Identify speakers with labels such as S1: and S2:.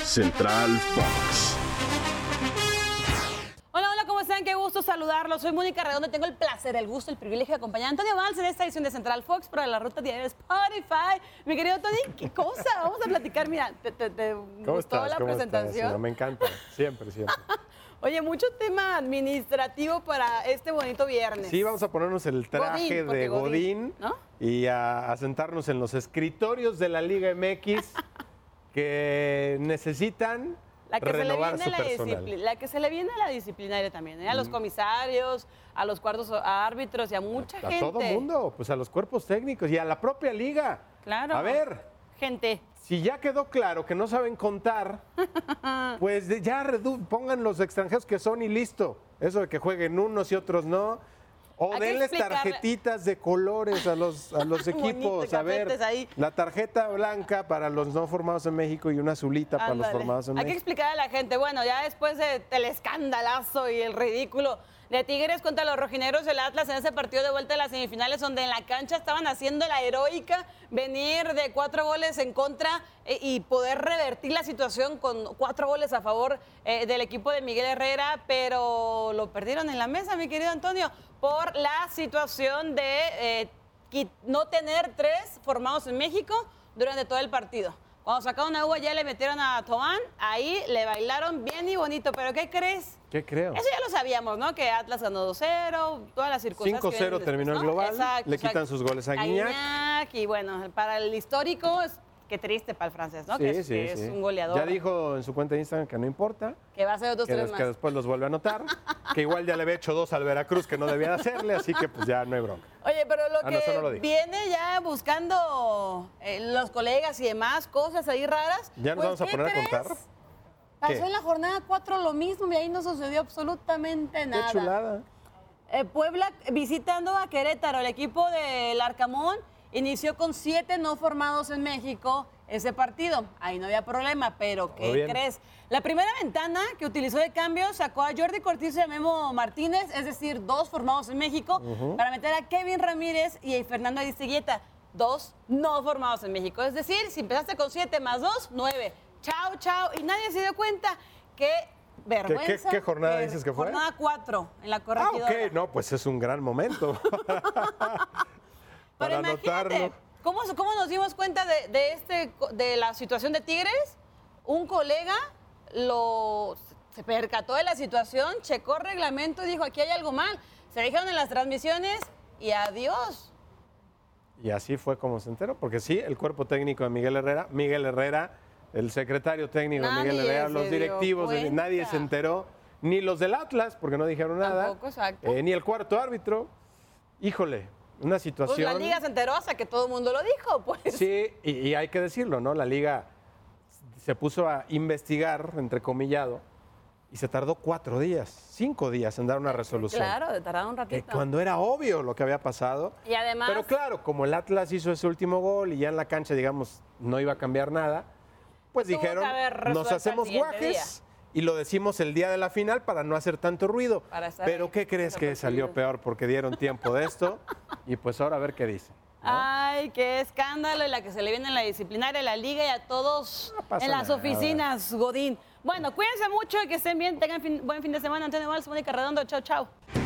S1: Central Fox.
S2: Hola, hola, ¿cómo están? Qué gusto saludarlos. Soy Mónica Redondo. y Tengo el placer, el gusto, el privilegio de acompañar a Antonio Valls en esta edición de Central Fox para la ruta diaria de Spotify. Mi querido Tony, ¿qué cosa? Vamos a platicar. Mira, te, te- te gustó la
S3: ¿Cómo estás?
S2: presentación.
S3: Sí, me encanta. Siempre, siempre.
S2: Oye, mucho tema administrativo para este bonito viernes.
S3: Sí, vamos a ponernos el traje
S2: porque
S3: de
S2: Godín,
S3: Godín,
S2: ¿no?
S3: y a, a sentarnos en los escritorios de la Liga MX que necesitan
S2: La que, se le
S3: renovar
S2: viene
S3: su
S2: la, discipli-
S3: personal. Mm.
S2: la que se le viene a la disciplinaria también, ¿eh? a los comisarios, a los cuartos árbitros y a mucha
S3: A
S2: gente.
S3: todo mundo, pues a los cuerpos técnicos y a la propia liga.
S2: Claro.
S3: A ver,
S2: Gente,
S3: si ya quedó claro que no saben contar, pues de- ya redu- pongan los extranjeros que son y listo. Eso de que jueguen unos y otros no. O
S2: Hay que
S3: denles
S2: explicarle-
S3: tarjetitas de colores a los, a los
S2: Bonito,
S3: equipos. A ver,
S2: cafetes ahí.
S3: la tarjeta blanca para los no formados en México y una azulita para los
S2: Ándale.
S3: formados en
S2: Hay que
S3: México.
S2: explicar a la gente, bueno, ya después del escandalazo y el ridículo de Tigres contra los rojineros del Atlas en ese partido de vuelta de las semifinales, donde en la cancha estaban haciendo la heroica, venir de cuatro goles en contra eh, y poder revertir la situación con cuatro goles a favor eh, del equipo de Miguel Herrera, pero lo perdieron en la mesa, mi querido Antonio, por la situación de... eh, qui- no tener tres formados en México durante todo el partido. Cuando sacaron a Hugo ya le metieron a Tobán, ahí le bailaron bien y bonito, pero ¿qué crees?
S3: ¿Qué creo?
S2: Eso ya lo sabíamos, ¿no? Que Atlas ganó 2-0, todas las circunstancias. que
S3: 5-0
S2: vienen
S3: terminó el
S2: ¿no?
S3: global, le
S2: exacto.
S3: quitan sus goles a Guiñac.
S2: y bueno, para el histórico, es, qué triste para el francés, ¿no? que es, que es
S3: sí.
S2: un goleador.
S3: Ya dijo en su cuenta de Instagram que no importa.
S2: Que va a ser dos,
S3: Que,
S2: tres
S3: des-
S2: más.
S3: que después los vuelve a anotar, que igual ya le había hecho dos al Veracruz que no debía de hacerle, así que pues ya no hay bronca.
S2: Oye, pero lo
S3: Ah, no,
S2: que
S3: eso no lo dijo.
S2: viene ya buscando eh, los colegas y demás, cosas ahí raras.
S3: ¿Ya nos
S2: pues,
S3: vamos a
S2: ¿qué
S3: poner
S2: crees?
S3: a contar?
S2: Pasó
S3: ¿Qué?
S2: en la jornada 4 lo mismo y ahí no sucedió absolutamente nada.
S3: Qué chulada.
S2: Eh, Puebla visitando a Querétaro, el equipo del Arcamón inició con siete no formados en México ese partido. Ahí no había problema, pero ¿qué
S3: Todo bien.
S2: crees? La primera ventana que utilizó de cambio sacó a Jordi Cortizo y a Memo Martínez, es decir, dos formados en México, para meter a Kevin Ramírez y a Fernando Aristeguieta, dos no formados en México. Es decir, si empezaste con siete más dos, nueve. Chao, chao. Y nadie se dio cuenta que... Vergüenza.
S3: qué jornada dices que fue?
S2: Jornada 4 en la
S3: Ah,
S2: corregidora.
S3: ok, no, pues es un gran momento.
S2: Pero
S3: para
S2: imagínate,
S3: anotarlo.
S2: ¿cómo, cómo nos dimos cuenta de, de este, co- de la situación de Tigres? Un colega lo, se percató de la situación, checó el reglamento y dijo, aquí hay algo mal. Se dijeron en las transmisiones y adiós.
S3: Y así fue como se enteró, porque sí, el cuerpo técnico de Miguel Herrera, Miguel Herrera, el secretario técnico de Miguel
S2: Nadie
S3: Herrera,
S2: se
S3: los
S2: dio
S3: directivos, de-
S2: cuenta.
S3: nadie se enteró, ni los del Atlas, porque no dijeron nada,
S2: Tampoco, exacto.
S3: eh, ni el cuarto árbitro. Híjole, una
S2: Pues
S3: situación...
S2: la liga se enteró hasta que todo el mundo lo dijo, pues.
S3: Sí, y, y hay que decirlo, ¿no? La liga se puso a investigar, entre comillado, y se tardó cuatro días, cinco días en dar una resolución.
S2: Claro, tardaron un
S3: Eh,
S2: ratito.
S3: cuando era obvio lo que había pasado.
S2: Y además-
S3: Pero claro, como el Atlas hizo ese último gol y ya en la cancha, digamos, no iba a cambiar nada, pues
S2: Tuvo que
S3: dijeron,
S2: haber resuelto
S3: nos
S2: al
S3: hacemos
S2: siguiente
S3: guajes y lo decimos el día de la final para no hacer tanto ruido.
S2: Para estar ahí,
S3: Pero ¿qué crees que salió
S2: desapercibido.
S3: peor? Porque dieron tiempo de esto y pues ahora a ver qué dicen. ¿no?
S2: Ay, qué escándalo y la que se le viene en la disciplinaria, a la liga y a todos
S3: No pasa
S2: en las
S3: nada.
S2: oficinas, Godín. Bueno, cuídense mucho y que estén bien, tengan fin- buen fin de semana. Antonio Valls, Mónica Redondo, chao, chao.